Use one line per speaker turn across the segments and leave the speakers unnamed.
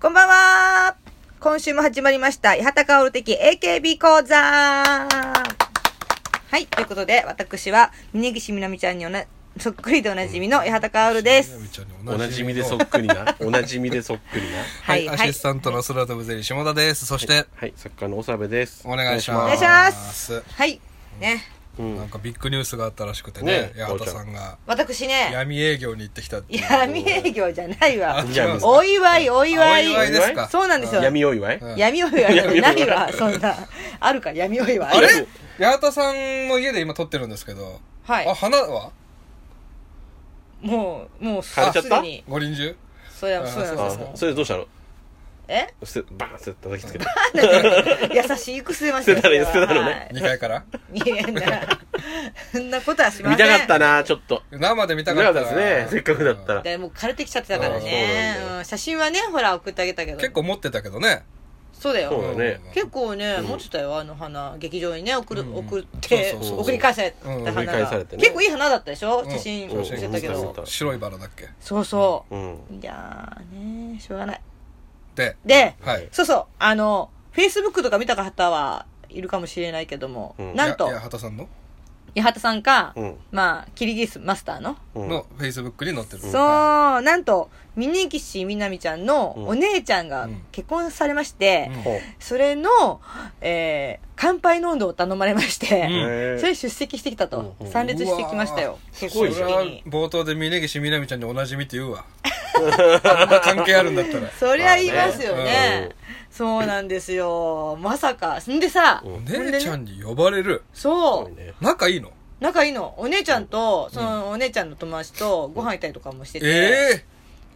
こんばんは今週も始まりました、八幡薫的 AKB 講座はい、ということで、私は、峯岸みなみちゃんにおな、 そっくりでおなじみの八幡薫で
みな
す
み。ちゃんに
おなじみでそっ
の
くりな。 おなじみでそっくりな。
はい、アシスタントの空飛ぶゼリー下田です。そして、
はい、作家の長部です。
お願いしま
お願
す。
いします
す。
はい、ね、
うん
なんかビッグニュースがあったらしくてね、
ね
八幡さんが
私ね、
闇営業に行ってきたっていう。
闇営業じゃないわ
あ。
じゃあ
お祝い、お祝い。
あお祝いですか
そうなんですよ。
闇お祝い
うん
闇お祝いじゃないわ、そんな。あるか、闇お祝い。
あれ八幡さんの家で今撮ってるんですけど、
はい
あ、。花は
もう、もう、す
枯れちゃった
でに。
ご臨終
そうや、
あ
そうなん
あ
ですよ。
それどうしたの
え
捨てバーンって叩きつけて。
優しくすいません。
捨てたら捨てたのね
はい
?2 階から
いやいや、 そんなことはしませ
見
ん。
たかったな、ちょっと。
生で見た
見
か
た
った
かったですね。せっかくだったら。
でもう枯れてきちゃってたから
あ
ね
ーそうなんだ。よ
うん写真はね、ほら送ってあげたけど。
結。構持ってたけどね。
そうだ
そう
よ。
だね。
結構ね、持ってたよ、あの花。劇場にね、送る、送って
そうそうそう、
送り返された
うん
花
送
り返され
が。
てね
結構いい花だったでしょ
うん
写真
うん
見せたけ
うん見
ど
た。見
白いバラだっけ
そうそ
うん。
う。いやーね、しょうがない。
で、
で、
はい。
そうそう、あの、Facebook とか見た方はいるかもしれないけども
う、ん
なんと
や、八幡さんの
八幡さんか
う、ん。
まあ、キリギリスマスターの、
うん
の、フェイスブックに載ってる。
そう、なんと、峯岸みなみちゃんの
うん
お姉ちゃんが
うん
結婚されまして、
うん
ほう
それの、えー、乾杯の温度を頼まれまして、
へ
そ
ー
れ出席してきたと、
うん
参列してきましたよ。
すごい
結
じ
そ
ゃ
婚
ん
れ
式
は
に。
冒頭で峯岸みなみちゃんにおなじみって言 うわそんな関係あるんだったら
そりゃ言いますよね。
まあ
ね
そうなんですよ。まさか。んでさ、
うん
お姉ちゃんに呼ばれる
そ、
すごいうね
仲いいの
仲いいの。お姉ちゃんと、そのお姉ちゃんの友達とご飯行ったりとかもしてて、
ええ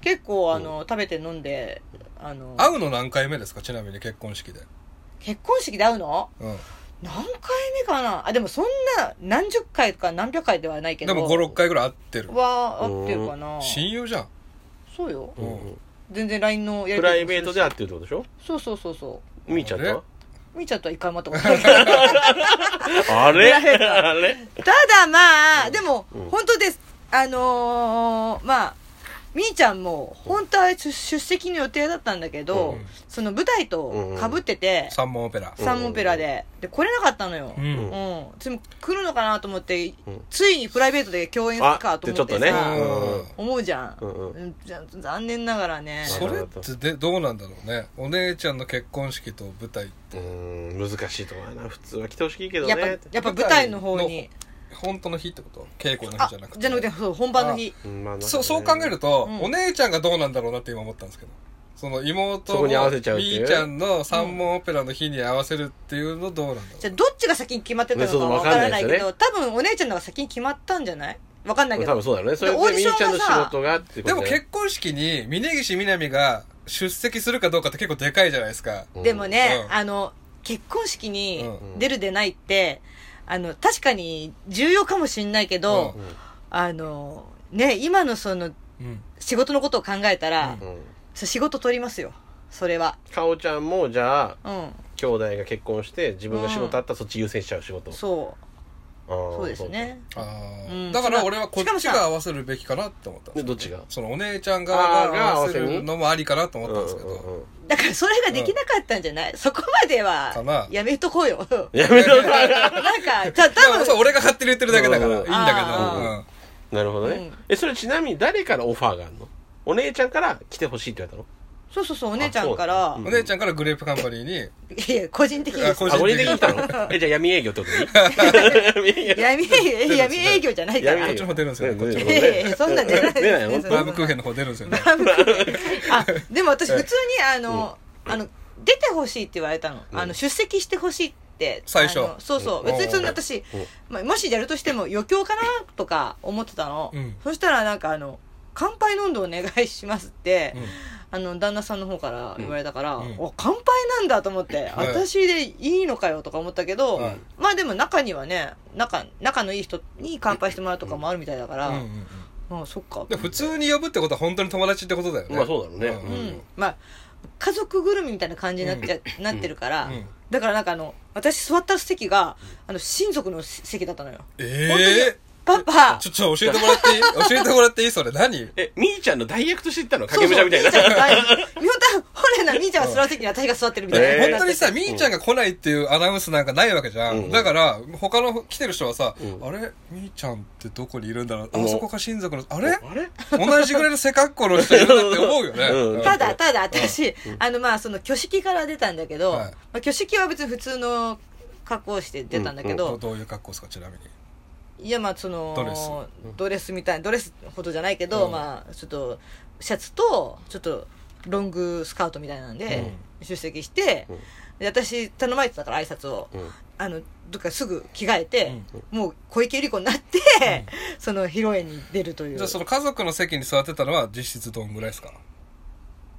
結構、あの、食べて飲んで、あの、
会うの何回目ですかちなみに結婚式で
結婚式で会うの
うん
何回目かなあでもそんな何十回とか何百回ではないけ
で
ど
も56回ぐらい会ってる
は合ってるかな
親友じゃん
そうよ
う
うんん
全然 LINE のや
プ
りとりも
ライベートです会ってるってことでしょ
るしそうそうそうそ
みーちゃんと
うみーちゃんとは一回も会ったことないけ ど
あれ
プライベート
あれ
ただまあでも
うん
本当ですあのーまあみーちゃんも本当は出出席の予定だったんだけど、
うん
その舞台とかぶってて、
三門オペラ
うん
サンモペラでで来れなかったのよ、
う
うんん、でも来るのかなと思って、
うん
ついにプライベートで共演するかと思ってさ
あってちょっ
う
とね
ん
思うじゃん、
うんうん
うんじゃ残念ながらね
それってでどうなんだろうねお姉ちゃんの結婚式と舞台って
うん難しいとこだな普通は来てほしいけど
やっぱや
ね
っぱ舞台の方に
本当の日ってこと稽古の
あ
日じゃなくて
じゃなくてそう本番の日
うんまあなんかね
そうそう考えると、
うん
お姉ちゃんがどうなんだろうなって今思ったんですけどその妹
そ
の
こ
み
に合わせちゃうっていう
ーちゃんの三門オペラの日に合わせるっていうのどうなんだろう
じゃあどっちが先に決まってたの
ね
か
そう
わからないけど、
わ
多分お姉ちゃんの方が先に決まったんじゃないわかんないけ
多
ど
分そうだろうねそれ
でオーディ
でみ
ションは
ーち
さ
ゃんの仕事がってこ
で
と
も
ね
結婚式に峯岸みなみが出席するかどうかって結構でかいじゃないですか
うん
でもね、
うん
あの結婚式に
うん
出る出ないって、あの確かに重要かもしれないけど、
う
あのね今のその
うん
仕事のことを考えたら、
うん
そう仕事取りますよそれは
かおちゃんもじゃあ
うん
兄弟が結婚して自分が仕事あったらそっち優先しちゃう仕事
そう
そ
そうですね
あー
うん
だから俺はこ
し
っち
かもさ
が合わせるべきかなって思ったんです
でどっちが
そのお姉ちゃん側が合わせ
あーが合わせ
る
に
のもありかなと思
う
っ
ん
た
うんん
で
う
すけど
ん
だからそれができなかったんじゃない、そこまで
かな
はやめとこうよ
やめ
な
ろ
んかた
でも
多
そう
分
俺が勝手に言ってるだけだからいいん
うん
あ
だ
なるほどね
うん
えそれちなみに誰からオファーがあるのお姉ちゃんから来てほしいって言われ
そうそうそうお姉ちゃんから、
け
あそ
どお姉ちゃんからグレープカンパニーに
いや個人的にで
あ
す
個
たのあ
人
俺
的
的に
に
来たの えじゃあ闇営業ってこと に闇営業
闇営業闇営業じゃないから
営業っちの方出るんですよねこっち
いやいや そんなん出ない
出ないの
そ
バームクーヘンの方出るんですよね
あでも私普通にあの、あの出てほしいって言われたの,、
うん
あの出席してほしいって
最初
あのそうそううん別にそんな私、
うん
まあ、もしやるとしても余興かなとか思ってたの、
うん
そしたらなんかあの「乾杯のんどお願いします」って、
うん
あの旦那さんの方から言われたから、
うん
お乾杯なんだと思って、
はい
私でいいのかよとか思ったけど、
はい
まあでも中にはね仲仲のいい人に乾杯してもらうとかもあるみたいだから、
うんうんうん
まあそっか
で普通に呼ぶってことは本当に友達ってことだよね
まあそうだろうね
うん
う
まあ家族ぐるみみたいな感じになっちゃ、なってるから、
うん
だからなんかあの私座った席があの親族の席だったのよ本当
ええ
にパパ
ちょ、ちょ、教えてもら っていい教えてもらっていいそれ何
えみーちゃんの代役として行ったの
そ
影
う
武
そ
者
う
みたいな
ちっちゃい時大日本たほれみーちゃんが座る席に私が座ってるみたいな。
えー
本当にさ、みーちゃんが来ないっていうアナウンスなんかないわけじゃん。
うん
だから、他の来てる人はさ、
うん
あれみーちゃんってどこにいるんだろう
うん
あそこか親族の、あれ
あれ
同じぐらいの背格好の人いるんだって思うよね。
うん
うん
ただ、ただ私、あのまあその挙式から出たんだけど、
はい
まあ、挙式は別に普通の格好をして出たんだけど、
どどういう格好ですか、ちなみに。
いやまあその
ドレス
ドレスみたいなドレスほどじゃないけど、
うん
まあちょっとシャツとちょっとロングスカートみたいなんで出席して、
うん
で私頼まれてたから挨拶を、
うん
あのどっかすぐ着替えて、もう小池百合子になって、その披露宴に出るという
じゃあ、その家族の席に座ってたのは実質どんぐらいですか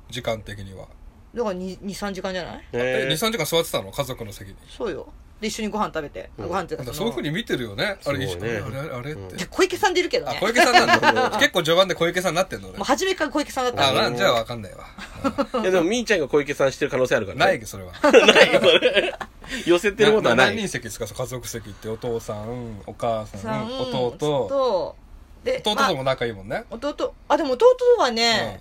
時間的には。
だから23時間じゃない
え、2、
え
3時間座ってたの家族の席に。
そうよで一緒にご飯食べて、
うん
ご飯ってい
だ
うか
か
らその
そういうふうに見てるよね。あれ、
す
一
ごい
緒
ね
あれ、あれっ
うん
て
で。小池さんでいるけど
あ
ね、
小池さんなんだ。結構序盤で小池さんになってんのね
もう。初めから小池さんだった
あ、
の
なじゃあわかんないわ。
いやでも、みーちゃんが小池さんしてる可能性あるから、ね。
ないそれ は。
ないよ、それ。寄せてることはな
何人
い。
席ですか家族席ってお父さん、お母さ
さ
ん、
ん
弟。
で
弟
まあ
とも仲いいもんね。
弟あでも弟はね、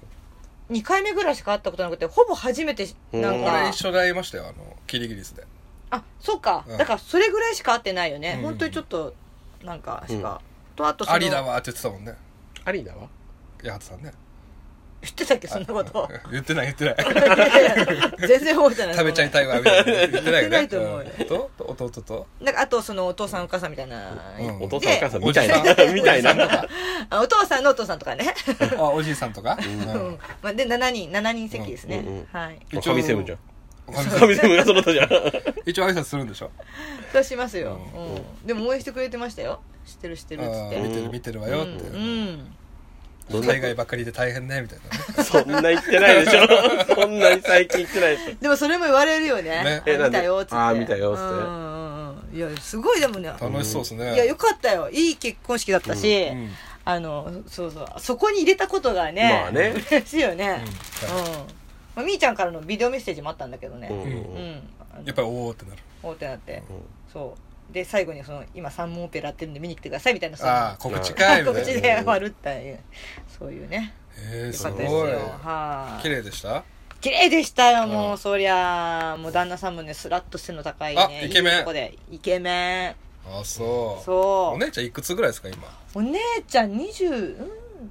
二2回目ぐらいしか会ったことなくてほぼ初めてなん
うん
うん俺
か
一緒で会いましたよ、あの、キリギリスで。
あそうか、
うん
だからそれぐらいしか会ってないよね、
うん
本当にちょっとなんかしか、とあとその
ありだわって言ってたもんね。
ありだわ。
八幡さんね。
知ってたっけそんなこと
言ってない言って
い
ない。
やいや 全然覚えてない
食べちゃいたいわ、みたいな。言ってない
言っ
よね。
てないと思うよ
うんと弟と
なんかあとそのお父さんお母さんみたいな、
うん
お父さんお
で
母さん
で
みたいな
おじさ。ん
みたいな。
あお父さんのお父さんとかね、
あ、おじいさんとか。
うん
う
まあ、で7人7人席ですね、
うんうんうん
はい
ん
神セブンじゃん。。
おかみさん
神セブンがその他じゃん。
一応挨拶するんでしょ
そうしますよ、
う
うんでも応援してくれてましたよ知ってる知ってるっつ
あ
っ
ー
て
見てる見てるわよって。
うんうん
どんな
海外ばっかりで大変ね、みたいなね。
そんな言ってないでしょ。そんなに最近言ってないでしょ。
でもそれも言われるよね。
ね
あ
えなん
見
で
たよっつって。
あ見たよっつって
うんうんうん。いや、すごいでもね。
楽しそうですね。
いや、よかったよ。いい結婚式だったし、
うんうん
あの、そうそう。そこに入れたことがね、
まあね
嬉しいよね。う
う
んん。まあ、みーちゃんからのビデオメッセージもあったんだけどね。
う
うん。
ん
あの
やっぱり、おおってなる。
おーってなって。
うん
そう。で、最後にその、今、三門オペラやってるんで見に来てくださいみたいな。
ああ、告知かい、み
告
た
知
いな。
で終わるっていう。そういうね。
えー、
よ
す
かったですよ。
ごい。
はい。
綺麗でした
綺麗でしたよ、
う
も
ん
う、そりゃあ。もう旦那さんもね、スラッと背の高い
あ
ね。
イケメン
いいとこで。イケメ
あ、そう。
ン。そう。
お姉ちゃんいくつぐらいですか、今。
お姉ちゃん20、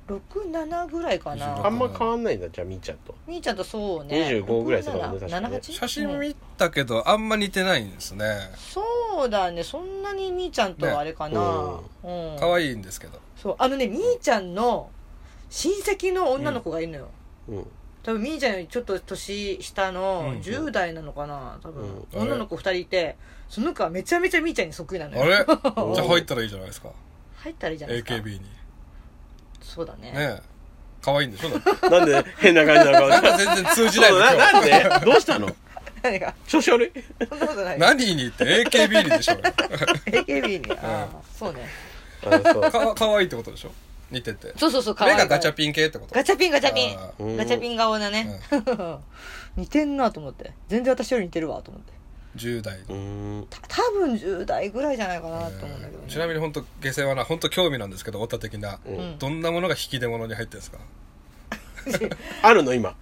うん、6、7ぐらいか
26
あ
な。
んま変わんないんだ、じゃあ、みーちゃんと。
みーちゃんとそうね。
25ぐらいです
だ
よね確かに
7、
ね
8?
写真見たけど、あんま似てないんですね。
そうだね、そんなにみーちゃんとはあれかな。うん。
可愛いんですけど。
そう、あのね、みーちゃんの親戚の女の子がいるのよ。
うん。
多分みーちゃんよりちょっと年下の
うん
10代なのかな多分、
うん
女の子2人いてその子はめちゃめちゃみーちゃんにそっくりな
あ
のよ
れじゃあ入ったらいいじゃないですか。
入ったらいいじゃないですか
AKB に。
そうだね
ねえ。可愛いんでしょだって
なんで変な感じなの
なん
か。
か全然通じない
そう
の
な
今日
なんでどうしたの
何が
調子悪い
そんなことないよ
何にって AKB にでしょ
AKB にああそうね
あそう
か可愛いってことでしょ似てて。
そうそうそう可愛
目
い
がガチャピン系ってこと
ガチャピンガチャピ
あ
ー
ンガチャピン顔だね 似てんなと思って全然私より似てるわと思って
10代
うーん。
た多分10代ぐらいじゃないかなと思うんだけどね
ちなみに本当下世話な本当興味なんですけどオタ的な、
ん
どんなものが引き出物に入ってるんですか
あるの、今。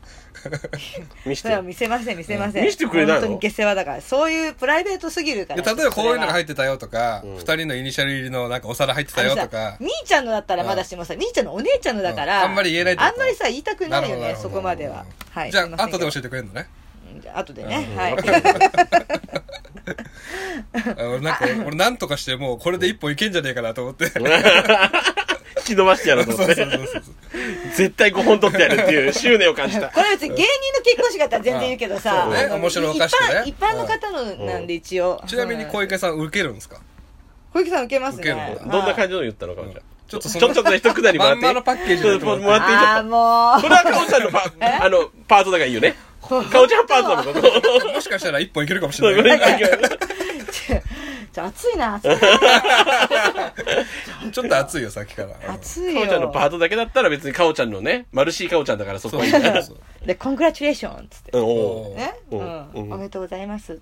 見し
そ
て
れ
よ
は。見せません見せません、
うん見せてくれないの
本当に下世話だからそういうプライベートすぎるか
で
ら
例えばこういうのが入
っ
ってたよとか、二
うん
人のイニシャル入りのなんかお皿入ってたよとか
みーちゃんのだったらまだしもさ、みーちゃんのお姉ちゃんのだから、
うんあんまり言えないってこ
あ
と
んまりさ言いたくないよ
な
ね
るほど
そこまでは、はい
じゃ
すいませ
あ
んけ
後
ど
で教えてくれるのね
うんじゃあ後でね、
うん
はい
あ俺な んか俺なんとかしてもうこれで一本いけんじゃねえかなと思ってそう
引き伸ばしてやろうと
そ
思
う
っ
そう
て。
そう
絶対5本取ってやるっていう執念を感じた
こ。れは別に芸人の結婚式だったら全然いいけどさ、
うんそうね
あの
面白おかしくね
一般一般の方のなんで一応、
ちなみに小池
さん
さん受けるんですか
小池さん受けます
受け
ね
るの
どんな
じ
感じの言ったのかもじゃあ
ちょっと
ち
その
ょっとね一くだりも
ま
らっ
ん
てい
ま
い
のパッケージだと思って
ちょっともらっていいじゃん
ああも
これはかおちゃんのパあのパートだからいいよね
う
かおちゃんパートのこと
もしかしたら一本いけるかもし
そう
れ
ご
な
め
い
んなさい
ちょちょ暑い な暑いな
ちょっと熱いよさっきから
暑い
かおちゃんのパー
よ
トだけだったら別にかおちゃんのねマルシーかおちゃんだからそ
そ
こ
う
はいい
そ
よ
うそう
ね
そう
で「コングラチュレーション」っつって
うんお
う
お
ん
ね、
う
うんん
うん
おめでとうございます、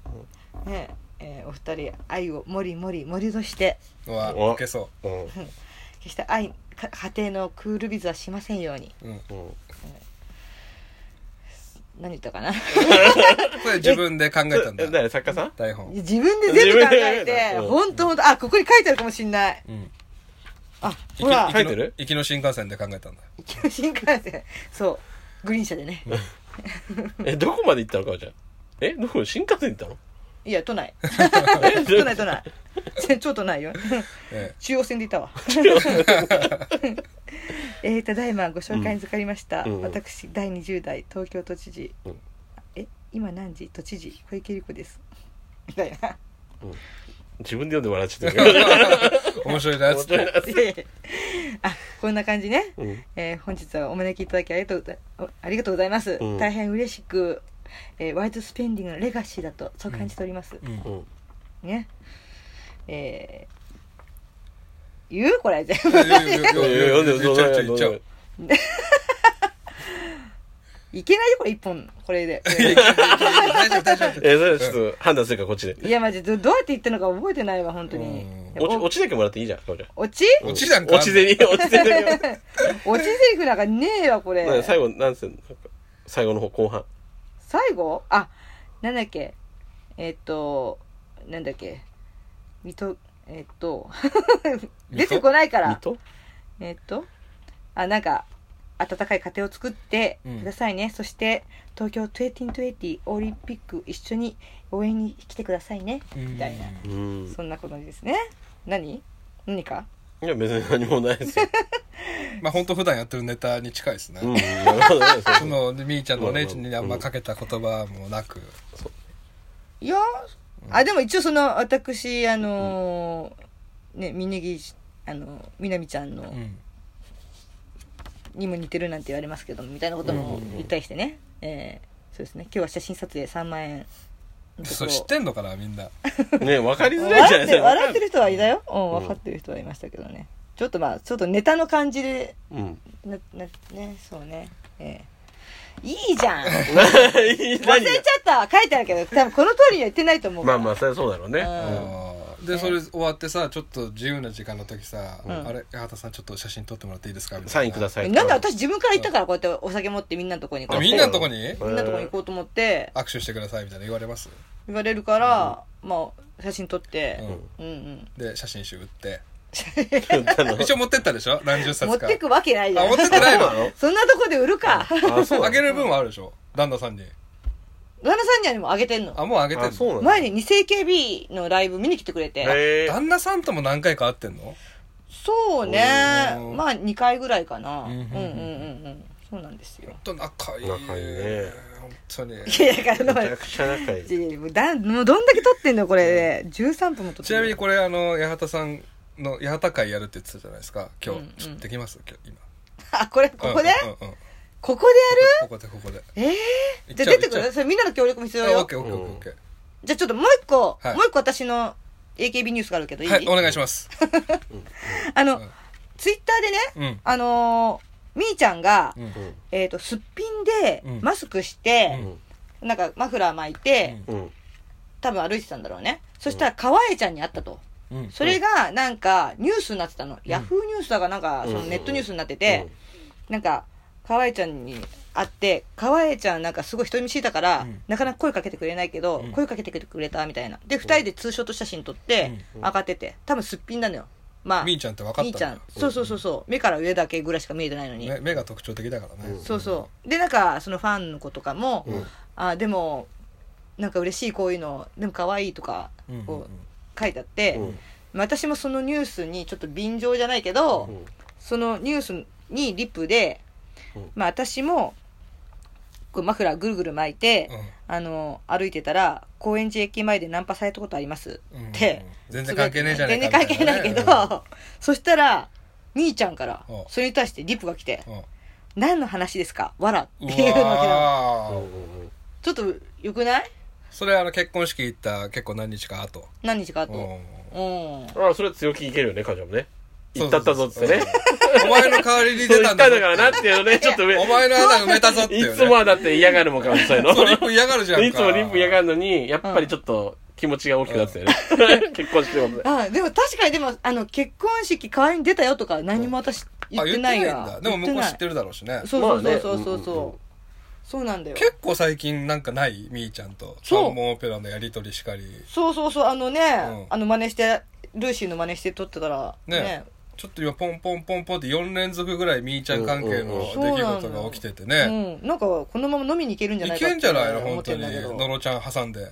ねえーお二人愛をもりもり盛りとして
うわ
お
受けそ
うん
決して愛か家庭のクールビズはしませんように
う、うん、
うん
何言ったかな
それ自分で考えたんだ。
誰作家さん
台本。
自分で全部考え
自分で
て
考えたうん
本当本当あここに書いてあるかもしんない
うん。
あほら
書いてる
行きの新幹線で考えたんだ。
行きの新幹線そうグリーン車でね
え、どこまで行ったのかおちゃん。え、どこ新幹線行ったの
いや都 内
え
都内都内 全超都内よ
え
中央線でいたわえー、ただいまご紹介に預かりました、
うんうん
私第20代東京都知事、
うん
え今何時都知事小池百合子ですみたい な
自分で読んで笑っちゃったけど。
え面白いな、つって。
いやいやあこんな感じね、
うん
えー本日はお招きいただきありがとうございおありがとうございます、
うん
大変嬉しく、えーワイドスペンディングのレガシーだとそう感じております、
うん
うん。
ねえー言うこれ全部
読んで、
ちょいちょいちょいちょい
読んで。
いけないよこれ一本これで
大丈夫、大丈夫。
え、それはちょっと判断するからこっちで。
いやマジどどうやって言ったのか覚えてないわ本当に
うん
落ち、落ちだけもらっていいじゃん、かおちゃん。
落ち
落ちなんかあんの
落ち銭、落ち銭 だけ。
落ちセリフなんかねえわこ
なん
れ
か最後、なんすよ最後の方、後半。
最後あなんだっけえっとなんだっけ水戸えっと出てこないから
水戸
えっとあなんか温かい家庭を作ってくださいね、そして東京2020オリンピック一緒に応援に来てくださいねみたいな、
うん。
そんなことですね何何か
いや、別に何もない ですよ。
まあ本当普段やってるネタに近いですね。
うん。なるほどね
その、みーちゃんのお姉ちゃんにあんまかけた言葉もなく。
いやーあでも一応その私あのーね峯岸あのみなみちゃんの、
うん。
にも似てるなんて言われますけどみたいなことも言ったりしてね、えーそうですね今日は写真撮影3万円のとこ
そ
ろ
う、知ってんのかな、みんな。
ね、わかりづらいじ
笑
ゃない
っ
です
て
か。
笑ってる人はいた
よ。
よ、うん、分かってる人はいましたけどねちょっとまあちょっとネタの感じで
うん。
ななねそうねえーいいじゃん忘れ
な何
ちゃった書いてあるけど多分この通りには言ってないと思うか
まあ
ら
まあ、それはそうだろうね。
うん
あーで、それ終わってさ、ちょっと自由な時間の時さ、
ん
あれ、八幡さんちょっと写真撮ってもらっていいですかみたいな
サインください。
なんで私自分から言ったからこうやってお酒持ってみんなのとこにこう
あみんなのとこに
みんなのとこに行こうと思って
握手してくださいみたいな言われます
言われるから、まあ写真撮って、うん、うん
で写真集売って
あの
一応持ってったでしょ何十冊
持
か
ってくわけないじゃ
あ
ん
持ってってないの
そうなの
そんなとこで売るか 旦
あ、そうなの
あげる分はあるでしょ旦那さんに
那さんにはもうあげてんの
あもうあげて
あ、
ん
そうな
の
の
前に二世 KB のライブ見に来てくれて
へー
旦那さんとも何回か会ってんの
そうね
うん
まあ2回ぐらいかな、う、
うんん
う
うんん
う
う
うん
んん
うんそうなんですよ
ほんと仲いい
仲いいね
本当に
いやいやだか
めち
ら
ゃくちゃ仲いい。
もうだもうどんだけ撮ってんのこれで13分も撮って
ちなみにこれあの八幡さんの八幡会やるって言ってたじゃないですか今
うんうん
日、ちょっとできます今日今
あこれここで、
うんうんうん
ここでやる
ここでここで
ええ
行っ
じゃ
ち
あ
ゃう
出てく
行っ
る
ち
それみんなの協力も必要
ゃうあオ
よ
ッケーオッケーオッケーオッケ
じゃあちょっともう一個、
はい
もう一個私の AKB ニュースがあるけどいい、
ーはいお願いします
あの、
うん
ツイッターでね、
うん
あのーみーちゃんが、
うん
うん。
えっ、と、すっぴんで
うん、
マスクして、
う
なんかマフラー巻いて、
うん
ん。うん。
多分歩いてたんだろうね。そしたら、かわえちゃんに会ったと。
うん
それが、なんか、ニュースになってたの。ヤフーニュースだかなんか、
う
その
ん
ネットニュースになってて、なんか、かわえちゃんに会って、かわえちゃんなんかすごい人見知りだから、
うん
なかなか声かけてくれないけど、
うん
声かけてくれたみたいな。で、二人でツーショット写真撮って、
うん
上がってて、多分すっぴんなのよ。まあ、
みーちゃんって分かった
み
ん
ーち
だ
ゃん。そうそうそうそう。目から上だけぐらいしか見えてないのに。
目目が特徴的だからね
うん
そうそうでなんかそのファンの子とかも、
うん
あでもなんか嬉しいこういうのでも可愛いとか
うんうんうん
こう書いてあって、
うん
私もそのニュースにちょっと便乗じゃないけど、
うん
そのニュースにリプで、
うん
まあ、私もこうマフラーぐるぐる巻いて、あの歩いてたら高円寺駅前でナンパされたことあります
うんうん
っ
う
て
ん、全然関係ねえじゃねえ
全
か
然関係ないけど、そしたら兄ちゃんから
うん
それに対してリプが来て
うん
「何の話ですかわら」っていう
う
のが来た
わ
うんう
ー
んうん
ちょっとよくない
それあの結婚式行った結構何日か後
何日か後
うん
うん
あ、それは強気いけるよね、かちゃんもね。行ったったぞっつってね。
お前の代わりに
そう
出
言
た
っ
んだ
た
ぞ
だからなっていうのね、ちょっと上。
お前の穴埋めたぞってい
いう
ね
つもはだって嫌がるもんかもしれない
そうリッ
の。
プ嫌がるじゃんか
いつもリンプ嫌がるのに、やっぱりちょっと気持ちが大きくなってたよね。結婚してもね。
あでも確かにでもあの結婚式代わりに出たよとか何も私言
あ
っ
言
て
って
な
ないい
わ
んだでも向こう知って
る
るだろうしね
そうそうそうそうそう
まあねうんうんう
そう
ん
そうなんだよ
結構最近なんかないみーちゃんと。
そう
ファンモンオペラのやりとりしかり。
そうそうそうあのね、
ん
あの真似してルーシーの真似して撮ってたらね
ねちょっと今ポンポンポンポンって4連続ぐらいみーちゃん関係の出
うんうんうん
来事が起きててね。
うん、なんかこのまま飲みに行けるんじゃないいか
けんじゃないの
思
本
って
当
るん
に。
だけ
の
ど
ろちゃん挟んで。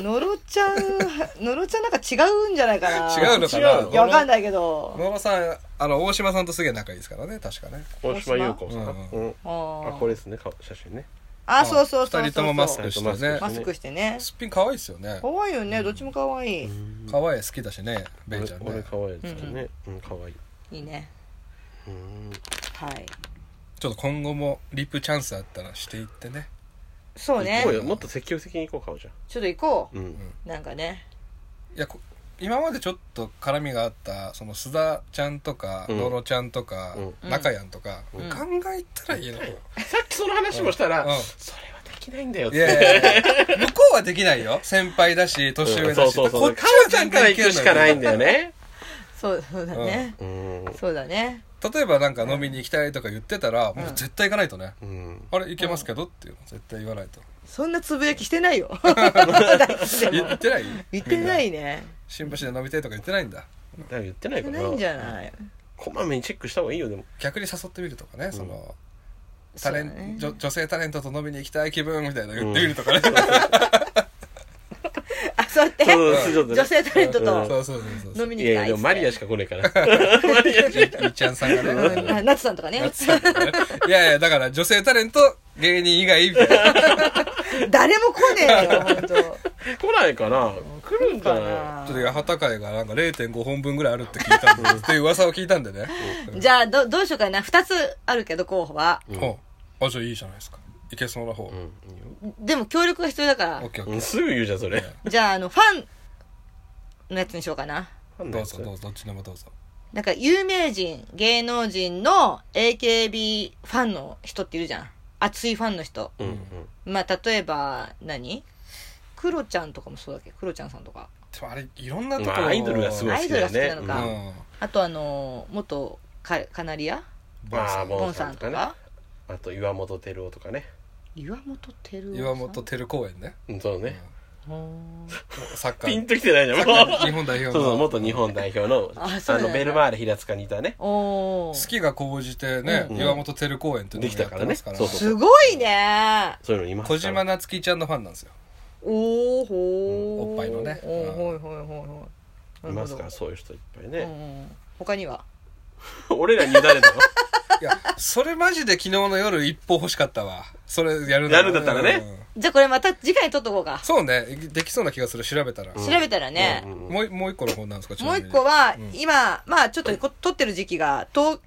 のろちゃんのろちゃんなんか違うんじゃないかな
違うのか
違う
な
の
いやわかん
い。
ないけど
野呂さん、あの、大島さんとすげえ仲いいですからね、確かね。
大島優子さん。
う
うん。あ、
あ
これですね、顔写真ね。
あそうそうそうそう
二人ともマスクして
マスク
ね
し。
マスクしてね
すっぴん可愛いですよね。
可愛いよねどっちも可愛い
可愛い好きだしね、ベイちゃん
俺、俺
ね。
可愛いですよね。うん、可愛い。
いいね
うん。
はい
ちょっと今後もリップチャンスあったらしていってね。
そうね
行こうよもっと積極的に行こう、顔じゃん。
ちょっと行こ
うん。
うなんかね
いやこ今までちょっと絡みがあったその須田ちゃんとか
うん
野呂ちゃんとか
うん
中やんとか、
ん
考えたらいいのよ、
さっきその話もしたら、
うん
それはできないんだよっ
い
て。
やいやいや向こうはできないよ先輩だし年上
そ
だ
う
し、
そうそ
こ
う。
っち
か
は
ちゃ
全然
んから
い
行
ける
くしかないんだよね。
そうそうだね
うん。
そうだね
例えばなんか飲みに行きたいとか言ってたら、もう絶対行かないとね
うん。
あれ行けますけどっていうの絶対言わないと
そんなつぶやきしてないよ大吉で
言
も
ってない
言ってな
みん
いね
新橋で飲みたいとか言ってないんだ
だから言ってない
言
か
って
ら。
ないんじゃない
こまめにチェックした方がいいよ、でも。
逆に誘ってみるとかね、その
そ
タ
うだ
レ
ね
ン女女性タレントと飲みに行きたい気分みたいなの言ってみるとかね、
あそうやって
そうそうそう
女性タレント
う
と
ん
そうそうそうそう
飲みに
いや
行きたいっつっ
いや、でも
て
マリアしか来ないから。 マリアしか。
みっちゃんさんがね、
うんあナツさんとかね
いやいや、だから女性タレント、芸人以外みたいな。ち
誰も来ねえよ 本当
来ないかな来るんかな
か
ょっと八幡会がなんか0.5本分ぐらいあるって聞いたんで、っていう噂を聞いたんでね。
なじゃあどどうしようかな2つあるけど候補は
うんほうあ、じゃあいいじゃないですか。いけそうな方。オ
うんい
でも協力が必要だか
ッケー
いよ
オ
う
ッ
ん。すぐ言うじゃん、それ。
らじゃああのファンのやつにしようかな
ケー。どうぞどうぞ、どっちでもどうぞ。
なんか有名人芸能人の AKB ファンの人っているじゃん熱いファンの人
うんうん。
まあ例えば何クロちゃんとかもそうだっけクロちゃんさんとか
でもあれ、いろんなとこ
まあアイドルがすごい
ア
好
イ
き
ドル
だ
が好
よ
き
ね
なのか、
うん。
あとあのー元カカナリア
まあ、
ボ
ボ
ン
ン
さ
さ
ん
ん
と
と
か
かね。あと、岩本照夫とかね。
岩本照夫さん
岩本照公園ね。
うんそうね。
ほー
サッカ
ピ
ー
ン。ときてないじゃん、
サッ
も
カー日
う。
本代
そう
表
そう、
の。
元日本代表の、
あそう
あ
なんだ
の、ベルマーレ平塚にいたね。
おお
好きが高じてね、
うん
岩本照公園っていうのもやってますから。
できたからねそうそう
すごいね
そういうのいますか
小
ら。
島なつきちゃんのファンなんですよ。
おおほー
うんおっぱいのね
おー
うん
ほいほいほいほい
いますから、
なる
そういう人いっぱい
ほどう
ね。
んうん他には
俺らに 誰だろ
いや、それマジで昨日の夜一歩欲しかったわ。それやる
やるんだったらね
うん
じゃあこれまた次回に撮っとこうか
そうね。できそうな気がする。調べたら。
ん
調べたらね
うんうんうん
もうい、もう一個の方なんですかち
もう
なみに
一個は
うん
今まあちょっとこ撮ってる時期が冬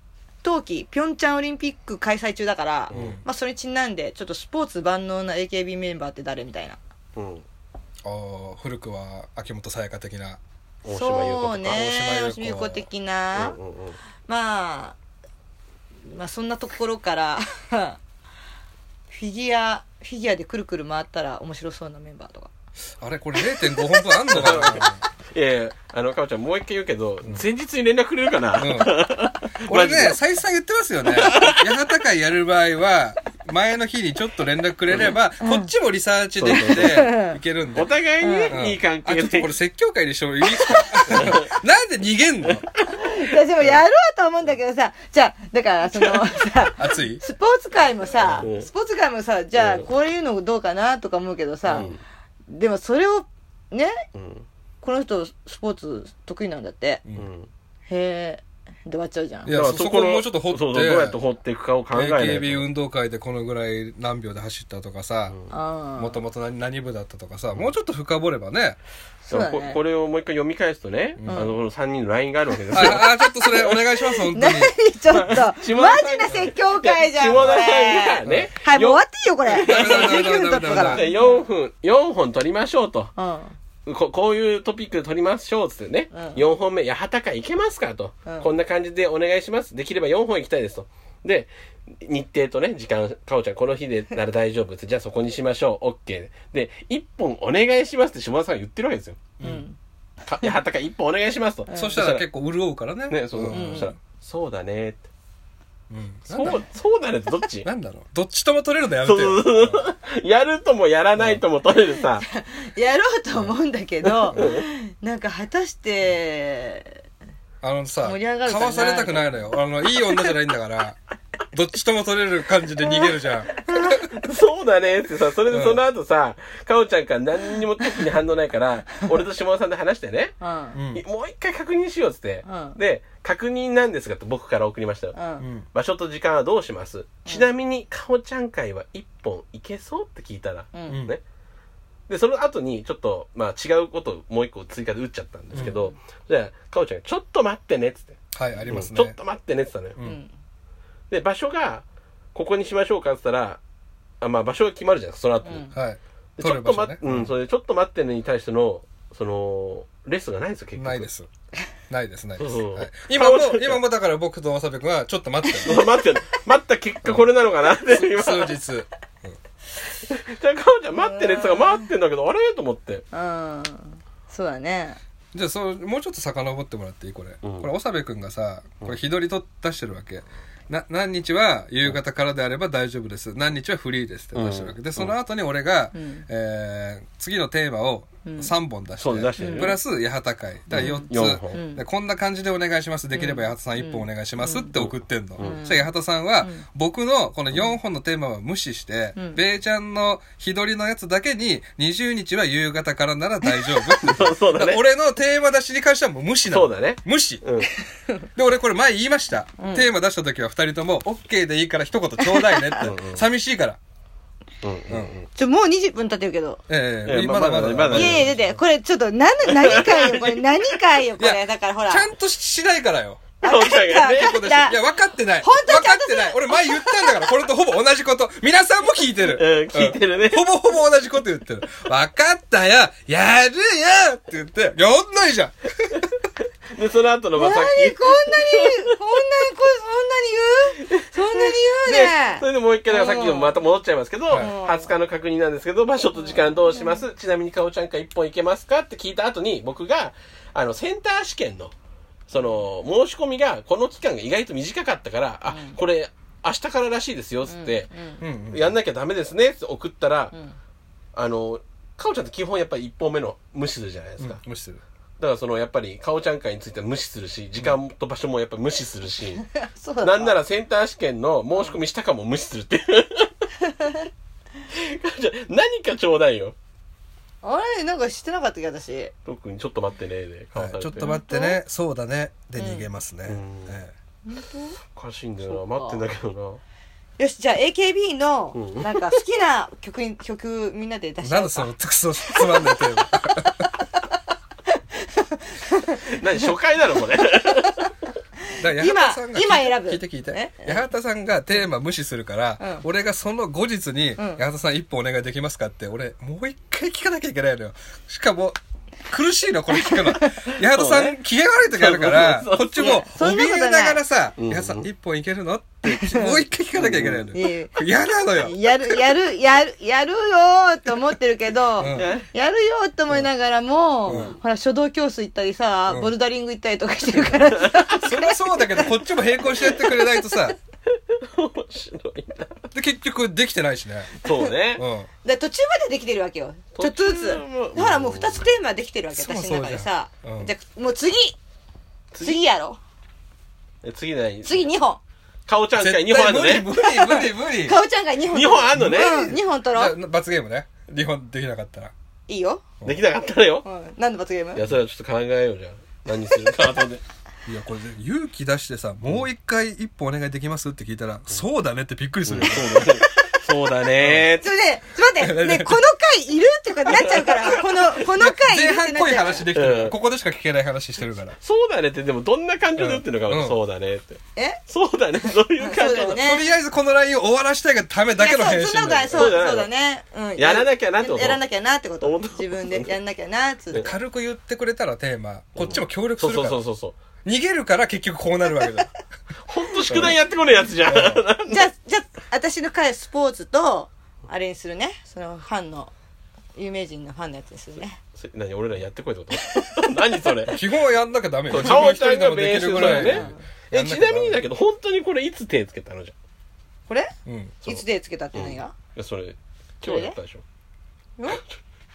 冬季ピョンチャンオリンピック開催中だから
うん
まあそれにちなんでちょっとスポーツ万能な AKB メンバーって誰みたいな
うん。
ああ、古くは秋元さやか的な。
大島優
そ
子とか
うね
大
大
島
島
優
優
子
子的な
うんうんうん
まあまあそんなところから フィギュアフィギュアでくるくる回ったら面白そうなメンバーとか
あれこれ0.5本分あんのか
いやいや、あの、かおちゃん、もう一回言うけど、前日に連絡くれるかな、
なうん。俺ね、再三言ってますよね。八幡会やる場合は、前の日にちょっと連絡くれれば、こっちもリサーチできて、いけるんで。
お互いに
うん
ね、いい関係
あ、ちょっと
で
これ。説教会でしょいいですか なんで逃げんの
いやでもやろうと思うんだけどさじゃあだからそ のさ
熱い
スポーツ界もさ
うん
スポーツ界もさじゃあ
うん
こういうのどうかなとか思うけどさ、
うん
でもそれをね
うん。
この人スポーツ得意なんだって
うん
うん。
へえで終わっちゃうじゃん
いや、
だ
そ
から
そこをもうちょっと掘っ
そう
て、
そう、どうやって掘っていくかを考えないと。
AKB 運動会でこのぐらい何秒で走ったとかさ、
ああ
もともと何何部だったとかさ、もうちょっと深掘ればね。
そうだね
こ これをもう一回読み返すとね、あの、この3人の LINE があるわけですよ。
あ、あ、ちょっとそれお願いします、本当
何
に。
ちょっとマ ジ
下田さん
な説教会じゃん
下
こ
田
れ
さんがね
はいもう終
よ
わっていいよこれ
ダメダメダメ
19分経ったか
ダメダメダ
ら
メ
4分、4本取りましょうと。
うん
ここういうトピックで取りましょうっつってね、
うん
4本目、八幡会いけますかと、
うん
こんな感じでお願いします。できれば4本行きたいですと。で、日程とね、時間、かおちゃん、この日でなら大丈夫っつって、じゃあそこにしましょう、OK。で、1本お願いしますって島田さんが言ってるわけですよ。
うん
か八幡会1本お願いしますと。
そしたら結構潤うからね。
ね、そう、
ん
そしたら、そうだねって。
うんなんだ
そう、そうなるとどっち
なんだろうどっちとも取れるのやめて
そう
よ
そう そう。やるともやらないとも取れるさ。
やろうと思うんだけど、なんか果たして、
あのさ
盛り上がるか
か
な
わされたくないのよあのいい女じゃないん だからどっちとも取れる感じで逃げるじゃん
そうだねってさ、それ
う
で
ん
その後さ、かおちゃんから何にも特に反応ないから、俺と下田さんで話してね、
うん。うん。
うん
もう一回確認しようっつって
うん、
で、確認なんですがって僕から送りましたよ。
うん
場所と時間はどうしますちなみに、かおちゃん会は一本いけそうって聞いたら、
う。
うんん
ねで、その後に、ちょっと、まあ違うことをもう一個追加で打っちゃったんですけど、じゃあ、かおちゃんが、ちょっと待ってねっつって、
はいありますね
ちょっと待ってねっつったのよ。
う
うんん。
で、場所が、ここにしましょうかっつったら、あまあ場所が決まるじゃないですか、その後に。
うん
はい
でち
取
ょ
る
っ
場
と
所
待
ね
って、うん、それでちょっと待ってねに対しての、その、レスがないんですよ、結局。
ないで。すないですないです、
そうそう
はい今も
かわされた
今もだから僕とわさびくんはちょっと待って る
待 って、待った結果これなのかなって、今。
数日
じゃあ、かおちゃん待ってねっつったから待ってんだけど、あれと思って。
うん。そうだね。
じゃあそうもうちょっと遡ってもらっていいこれ、
うん
これ長部君がさこれ日取りと出してるわけな何日は夕方からであれば大丈夫です何日はフリーですって出してるわけ、
うん
でその後に俺が、
うん
えー次のテーマを3本出して,、
そう出してるね
プラス八幡会だから4つ、
4本。
ん
でこんな感じでお願いしますできれば八幡さん1本お願いしますって送ってんの、そしたら八幡さんは僕のこの4本のテーマは無視して、
うん
べーちゃんの日取りのやつだけに20日は夕方からなら大丈夫って
そうそうだね。
俺のテーマ出しに関してはもう無視なの
そうだね。
無視
うん。
で俺これ前言いました、テーマ出した時は2人とも OK でいいから一言ちょうだいねって寂しいから
うんうんうん。
ちょ、もう20分経ってるけど。
ええ
いや
まだまだ
まだまだ
いやいや、だって、これちょっと、何、何回よ、これ、何回よ、こ
いや
れ。だからほら。
ちゃんとしないからよ
かおちゃんがね。
いや分かってない
本当
分
にちゃ
か
ん
っ
とす
て
る
ない俺前言ったんだからこれとほぼ同じこと皆さんも聞いてる、
うん、聞いてるね。
ほぼほぼ同じこと言ってる。わかったよやるよって言って、やんないじゃん
で、その後の
何こんなに、こんなに、こそんなに
まあさっき。
言うそんなに言う
で
ね
そ。れでもう一回、だからさっきのまた戻っちゃいますけど、
はい
20日の確認なんですけど、場所と時間どうしますちなみにかおちゃんか一本いけますかって聞いた後に、僕が、あの、センター試験の、その、申し込みが、この期間が意外と短かったから、あ、これ、明日かららしいですよ、つって、
うんうん
やんなきゃダメですね、って送ったら、
ん
あの、かおちゃんって基本やっぱり一本目の無視するじゃないですか。
無視する。
だからそのやっぱり、かおちゃん会については無視するし、時間と場所もやっぱり無視するし、
そうだ
なんならセンター試験の申し込みしたかも無視するっていう。 じゃあ何かちょうだいよ。
あれなんか知ってなかったっけ、私。
特にちょっと待ってねで、顔
は
さ
い、
れて
ちょっと待ってね、そうだね、で逃げますね。
うん
え
おかしいんだよな。待ってんだけど
よし、じゃあ AKB の
う、ん
なんか好きな曲に、曲みんなで出
え
し
な
合
んで
う
そ
か。
のクソつまんないテーマ。
な。何初回なのこれ。
だから八幡さんが聞い
今今選ぶ
聞いて聞いて
え。
八幡さんがテーマ無視するから、
うん
俺がその後日に、八幡さん一本お願いできますかって、俺、もう一回聞かなきゃいけないのよ。しかも、苦しいのこれ聞 くの。八幡さん、機嫌悪い時あるから、
そ
こ
うそ
っちも、
そんな
怯
ことない
えながらさ、
うん
八幡さん一本いけるのって、もう一回聞かなきゃいけないのよ。
う
嫌なのよ。
やる、やる、やる、やるよーと思ってるけど、
ん
やるよーと思いながらも、
うん
ほら、書道教室行ったりさ、
うん
ボルダリング行ったりとかしてるから さ、
そりゃそうだけど、こっちも並行してやってくれないとさ、
面白いな。
で、結局できてないしね。
そう ね。
うん。
で途中までできてるわけよちょっとずつ
途中も
ほらもう2つテーマできてるわけ
そうそ
私の
う
中でさ
じゃんうん
じゃあもう次
次
次やろ
え次何
次2本
かおちゃん会2本あるの
無理、
ね。
無理、無 理、無理。じ
かおちゃんが2本
2本あんのね。
2本取
ゃ
ろ
あ
う
罰ゲームね。日本できなかったら。
いいよ、
できなかったらよ
う。ん、何の罰ゲー
いや、
ム
それはちょっと考えようじゃん。何するか後で。
いや、これで勇気出してさ、もう一回一本お願いできますって聞いたら、そうだねってびっくりするよ。
そうだね。
それでちょっと待って ねこの回いるっていうかなっちゃうからこのこの回いる
前
って
半っ
なっ
ぽい
ちゃう
話できてる、
うん
ここでしか聞けない話してるから。
そうだねって、でもどんな感情で打ってるのか、
うん
そうだねって。
え
そうだね、そういう感
そ
情
うだ
だ
ね
とりあえずこのラインを終わらしたいがためだけの
いや
返信
そそんなことない
だよ
そう
そう
そうだね、うん、
やらなきゃなってこと
やらなきゃなってこと
本当
自分でやんなきゃなっつう
軽く言ってくれたらテーマ、こっちも協力す
そ
る
う
か
そう
ら。
そうそうそう。
逃げるから結局こうなるわけだよ。
ほんと宿題やってこないやつじゃ ん。
じゃあ、じゃあ、私の回スポーツと、あれにするね。そのファンの、有名人のファンのやつにするね。
それ何俺らやってこいってこと 何それ
基本はやんなきゃダメよ。
かお
自
ちゃ
分一
んが
人でもで
練
き
習
る
す
ぐ
る
ら
よ
い。
ね。え、ちなみにだけど、本当にこれいつ手つけたのじ
これ
ど。うん。
ゃん。
いつ手つけたって何が、
がそれ、今日やったでしょ。
うん、
か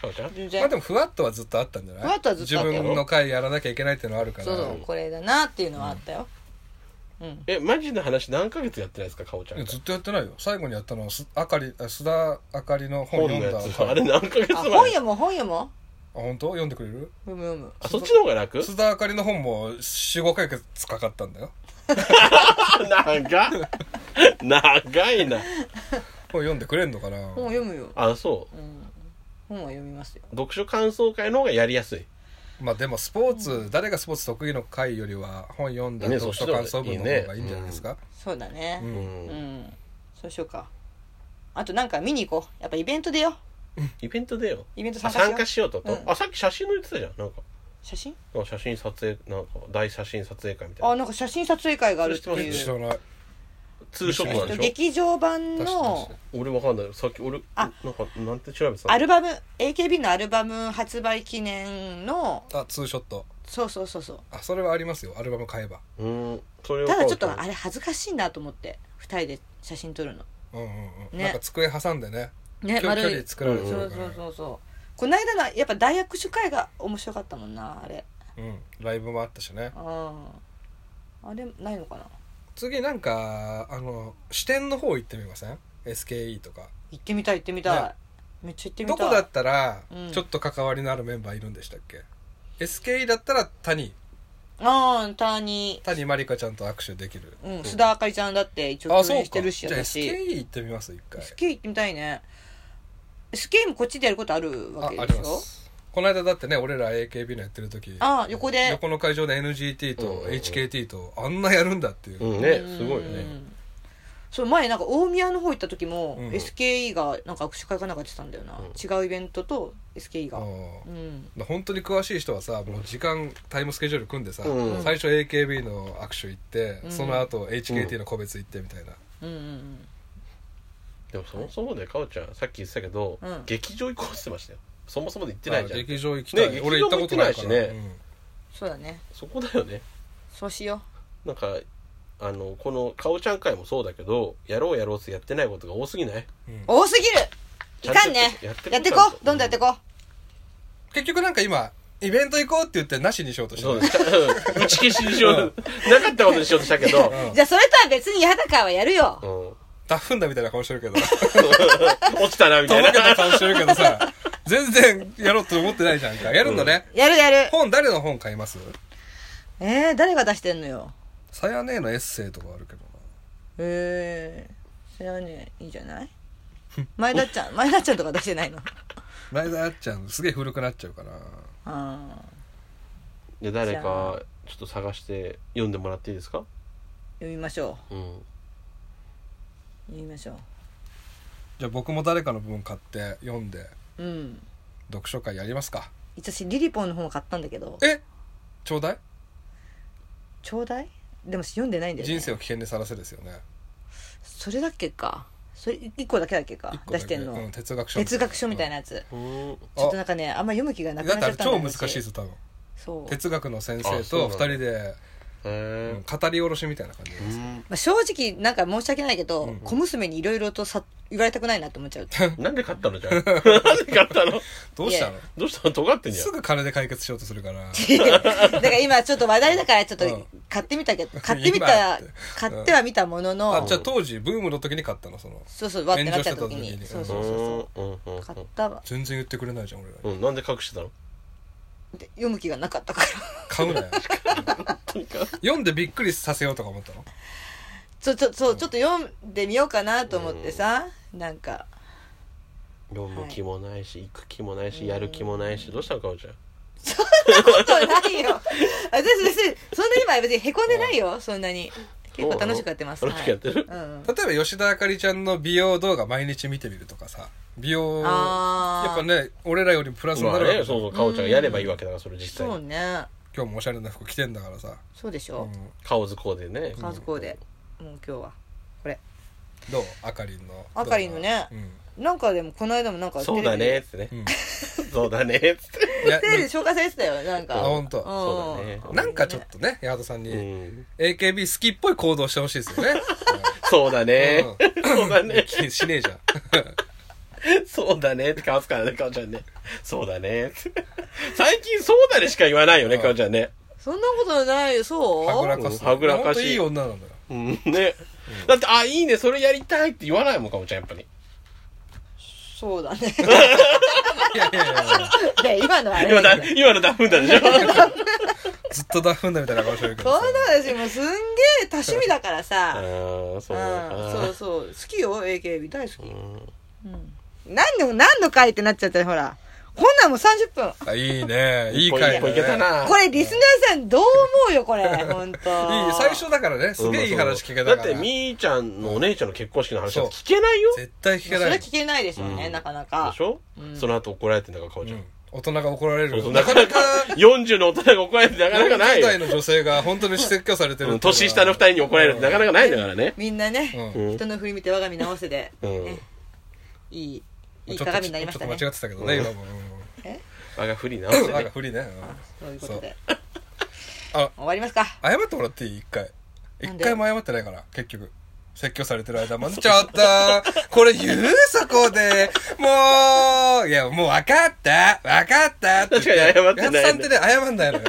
おちゃん
全
まあ
然
でも、ふわっとはずっとあったんじゃない
ふわっとはずっとあったよ
自分の回やらなきゃいけないっていうのはあるから。
そうそうこれだなっていうのはあったようん、
え、マジの話何ヶ月やってないですか、かおちゃ
いや
んが。
ずっとやってないよ。最後にやったのは、すあかり、あ須田あかりの本
本の
読ん
や
だ。
つ。
回
あれ何ヶ月
あ
前
本読もう本読も
あ、本当？読んでくれる
う読む読む
あ、そっちの方が楽
須田あかりの本も4、5ヶ月かかったんだよ。
あ 長っ長いな。
本読んでくれんのかな
本を読むよ、
あ、そう。
うん、本は読みますよ
読書感想会の方がやりやすい。
まあでもスポーツ、誰がスポーツ得意の回よりは本読んだ
ね
読書感想文の方がいいんじゃないですか。
そうだね
う
うん
うん、
ん。
そうしようかあとなんか見に行こうやっぱイベントでよ
イベントでよ。
イベント
あ
参加し
参
よ
加
う
しようとと
う。ん
あ、さっき写真の言ってたじゃん。なんか、
写真
なんか写真撮影、なんか、大写真撮影会みたい
あ
な。
なんか写真撮影会があるって
それ
知
い
ら
う
ない。
ツーショットなんでしょ
劇場版
確
の
かに
俺わかんない。さっき俺、な
あ
んか、なんて調べてたの
アルバム AKB のアルバム発売記念の
あ、ツーショット。確
そうそうそうそう
あ、それはありますよ。アルバム買えば。
うーん。それを
ただちょっと
買おう
あれ恥ずかしいなと思って二人で写真撮るの
うんうんうん。
ね
なんか机挟んでね。
ね
距離距離作られ
そ
ちゃう
う
か
そう
ら。
そうそうこの間のやっぱ大握手会が面白かったもんなあれ
うん。ライブもあったしね。
うんあれないのかな
次なんか、あの、支店の方行ってみません ?SKE とか。
行ってみたい行ってみたい、
ね
めっちゃ行ってみた
ど
い
こだったら
うん、
ちょっと関わりのあるメンバーいるんでしたっけ ?SKE だったら谷。
ああ他に
谷まりかちゃんと握手できる。
うん須田あかりちゃんだって一応
あ、
共
そう
演
か。
し
じ
て
ゃあ
るし
SKE
私
行ってみます、一回。
スケー行ってみたいねスケーもこっちでやることあるわ
あ
け
あ
で
り
し
ま
ょ
すこの間だってね俺ら AKB のやってる時
あ横で
横の会場で NGT
うんう
と
んうん
HKT とあんなやるんだっていう、
うんね、すごいよ
う
ね。
んそう前なんか大宮の方行った時も、
うん
SKE がなんか握手会かなんかやってたんだよな、違うイベントと SKE
あ
がう
ー
ん
本当に詳しい人はさもう時間タイムスケジュール組んでさ、
うん
最初 AKB の握手行って、
うん
その後 HKT の個別行ってみたいな、
うんうん
でもそもそもで、かおちゃん、さっき言ってたけど
うん、
劇場行こうって言ってましたよ。そもそもで行ってないじゃ
あ
ん。
劇場行きたい、
ね
俺行ったことないから
劇場も行ってないし
そうだね
そこだよね。
そうしよ
なんか、あの、この、かおちゃん会もそうだけど、やろうやろうってやってないことが多すぎないう
うんうん
う多すぎるいかんね
ちゃんとやって
やってこ
ちゃ
うどんどんやってこ
結局なんか今イベント行こうって言ってなしにしようとして
そう
る
ですうん打ち消しにしよう。なかったことにしようとしたけど、
うじゃあそれとは別に矢高はやるよ
うん。
ダフんだみたいな顔してる けど
落ちたな、み
と
たい
ぼ
な
け。た顔してるけどさ全然やろうと思ってないじゃんかやるんだね、
やるやる
本誰の本買います
えー、誰が出してんのよ
さや姉のエッセイとかあるけどな
へえそれはねいいじゃない前田ちゃん前田ちゃんとか出してないの
前田あっちゃんすげえ古くなっちゃうから
あー
じゃあ誰か、ちょっと探して読んでもらっていいですか
読みましょ
うん。
う読みましょ
じゃあ僕も誰かの分買って読んで
ううん
読書会やりますか
私リリポンの本を買ったんだけど
えちょうだい
ちょうだいでも読んでないんだよ、ね、
人生を危険にさらせですよね
それだっけかそれ1個だけだっけ
一
か
個だ
出
け
してんの、
うん、哲学書
哲学書みたいな
うん
やつ、
うん。
ちょっとなんかねあんま読む気がなくな
だ
っち
った
ゃっ
ら
たんだ
超
よ
難しいです多分
そう、
哲学の先生
あそうな
と
ん
二人
だ
でう
へ
ん語り下ろしみたいな感じで
え。う
す
ん
まあ、正直なんか申し訳ないけど、
うん
小娘にいろいろとさ言われたくないなって思っちゃう
なんで勝った のじゃあ。なんで勝ったの
どうしたの
どうしたの尖ってんじゃん
す。ぐ金で解決しようとする から
だから今ちょっと話題だからちょっ
う
と
ん
買ってみたけど買ってみ
今ったて
買ってはみたもの
あ
の
じゃあ当時ブームの時に買ったのその
そうそうわってなっちゃった時
炎
に
上してた時に
そうそ
う
うそうそ
んうんうん
う買ったわ
全然言ってくれないじゃん俺ら
うんうん。なんで隠してたの
で読む気がなかったから
買うなよ読んでびっくりさせようとか思ったの
そうちょそうちょっと読んでみようかなと思ってさ、なんか
読む気もないし、行く気もないし、やる気もないし、どうしたのかおちゃん。
ことないよ。 私、私、そんな今別に凹んでないよ、そんなに。結構楽しくやってます。
楽しくやってる
はいうん。
例えば吉田あかりちゃんの美容動画毎日見てみるとかさ美容
あー
やっぱね俺らよりプラスに
ま
な
あ
るわけ
ね、
じゃん
そうそう、かおちゃんがやればいいわけだから、それ実際
そう
に。
ね。
今日もおしゃれな服着てんだからさ、
そうでし
う
ょ
ん。、
カオズコーデね。
カーズコーデ。もう今日は。これ。
どうあかりんの
あかりんのね
うん
なんかでも、この間もなんかテレビ
そうだね、っ。てね
う。ん、
そうだね。つって
い や
テレビで紹介されてたよ、なんか。
あ本当
そうだね
ん
なんかちょっとね、矢幡さん
う
に
ん
AKB 好きっぽい行動してほしいですよね。
そうだね。そうだ ね。
うんしねえじゃ ん。
そうだねって顔すからね、かおちゃんね。そうだね。最近そうだねしか言わないよね、
うん
かおちゃんね。
そんなことないよ、そう
はぐらかす。
はぐら
ほん
かし
といい女なんだよ。
うん、ね。だって、あ、いいね、それやりたいって言わないもん、かおちゃん、やっぱり。
そうだね。
いやいやいやいや
で、今のあれ。
今だ、今のダフんだでしょ
ずっとダフんだみたいな顔してるけ
そ
ど
ん
さ。
なの私もうすんげえ多趣味だから
あ
さ。
ーそうう
うん、そう
か。
そう。好きよ、AKB。大好き。
うん
うん。何の、何の回ってなっちゃったよ、ほら。こんなんもう30分。
あいいね。いい
一歩
回だね
一歩いけた。な。
これ、リスナーさんどう思うよ、これ。ほんと。
いい、最初だからね、すげえいい話聞けたから。
だって、みーちゃんのお姉ちゃんの結婚式の話は聞けないよ。
絶対聞け
そ
な
れ
い。
聞けないですよね、
うん
なかなか
でし。ょその後怒られてんだから、かお
う
ちゃん
ん。大人が怒られ
そうそ
る。
うなかなか、40の大人が怒られてなかなかない
40代
よ。
の女性が本当に説教されてるっていううんのは
年下の二人に怒られるってなかなかないんだからね。
みんなね、
う
うん
人の振り見て我が身直せで、
うん
ねいい、いい
ちょっと
鏡になりました
ちょ
ね
っと。間違ってたけどね、今も。
我が不利なわけ
うんなん
ね
か。不利ね。うん
そういうことで。
あ
終わりますか。
謝ってもらっていい一回。一
なんで
回も謝ってないから、結局。説教されてる間も、ちょっと これ言うそこでもういや、もう分かった分かったって言って。
確かに謝ってないね
やつさんってね、謝んないのよ。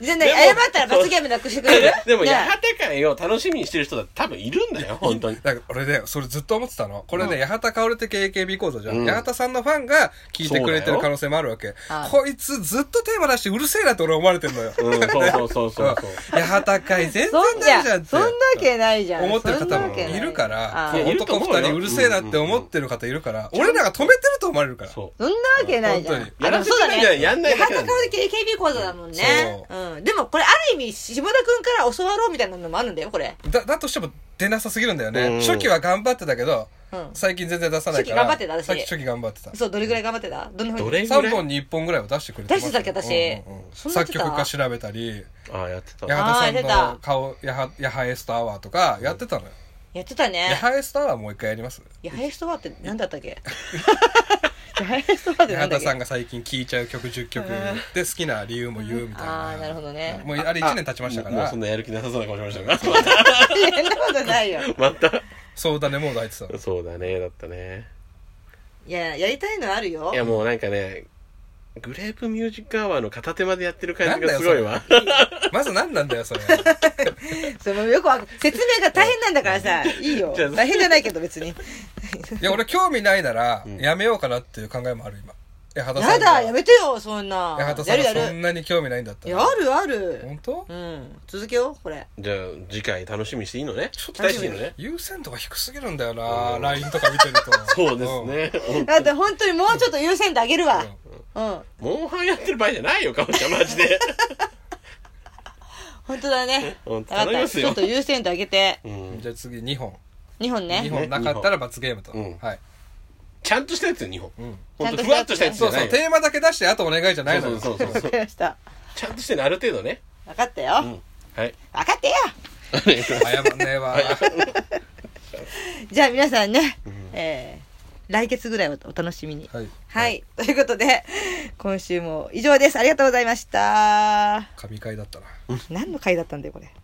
じゃあね、
でも
謝ったら罰ゲームなくしてくれる
でも、
ね
八幡会を楽しみにしてる人だって多分いるんだよ、本当に。
だから俺ね、それずっと思ってたの。これね、八幡薫的 AKB 講座じゃん。
うん
八幡さんのファンが聞いてくれてる可能性もあるわけ
あ。
こいつずっとテーマ出してうるせえなって俺思われてんのよ。
うん、そうそうそうそうそう。
八幡会全然
そん
ないじゃ
な、
んって。
そんなわけないじゃん。
思ってる
そんな
方
わ
も
けない
るから、
あ
そう
ー
いやいると
男
思うよ
二人うるせえなって思ってる方いるから、俺らが止めてると思われるから。
そ
そんなわけないじゃん。
本
当に
あでもそうだね。
やらなきゃいけないんだよやんないだけ
八
な
幡
んだ
薫
よ
的 AKB 講座だもんね。
そ
うん。でもこれある意味、下田くんから教わろうみたいなのもあるんだよ、これ。
だ、だとしても出なさすぎるんだよ
うん
ね。初期は頑張ってたけど
うん、
最近全然出さないか
初
ら。
期頑張ってた私
さっき初期頑張ってた。
そう、どれぐらい頑張ってたどんなふうに
どれぐら
3
い
本に1本ぐらいは出してくれてま
出してたっけ私
うんうんうん
そんなやつ
作
だ
曲家調べたり、
ああ、やってた。
ヤハタさん
あーやって
の
た
顔、ヤハ、ヤハエストアワーとかやってたのよ。
やってたね
ヤ。ハエストアワーもう一回やります
ヤハエストバーって何だ ったっけヤハエストバーって
ヤハ
何だ
タ
っけ
さんが最近聴いちゃう曲10曲で好きな理由も言うみたいな。
あーなるほどね
もうあれ1年経ちましたか
もうもう
ら
そん、なやる気なさそうな顔しま したから。
いやそんなことないよ。
また。
そうだね、もう泣いてたの。
そうだね、だったね。
いや、やりたいのあるよ
い。や、もうなんかね、グレープミュージックアワーの片手までやってる感じがすごいわ。
まず何なんだよ、それ。
そのよくわか説明が大変なんだからさ、いいよ
じゃあ。
大変じゃないけど別に。
いや、俺興味ないなら
ん、
やめようかなっていう考えもある、今。矢幡さ
や
んが。
だ、やめてよ、そんな
八。幡
や
さん
るや
がそ
る。
んなに興味ないんだった
い
ら。
や、あるある。
本当
うん。続けよう、これ。
じゃあ、次回楽しみにしていいのね
ちょ
期
っと
待していいのね
優先度が低すぎるんだよな、LINE とか見てると。
そうですね。
だって本当にもうちょっと優先度上げるわ。うん。
モンハンやってる場合じゃないよ、かおちゃん、マジで。
本当だね。
ほん
分
と
かっ
頼み
た。
ます
ちょっ
よ
と。優先度上げて。
う
うんん。じゃあ次2本。
2本
2
ね。
本なかったら罰ゲームと
うん。
はい。
ちゃんとしたやつよ、日本。
ん
ほんと、ふわっとしたやつじ
そ
ゃ
う
な
そ、
いうよ。
テーマだけ出して、あとお願いじゃないのよ。
そうそうそうそ
わ
う。
かりました。
ちゃんとしてね、ある程度ね。
分かったよ。
う
分
ん。 はい。
かったよ。
謝んねえわ。
じゃあ皆さんね、えー、来月ぐらいをお楽しみに。
はい。
はい。ということで、今週も以上です。ありがとうございました。
神回だったな。
何の回だったんだよ、これ。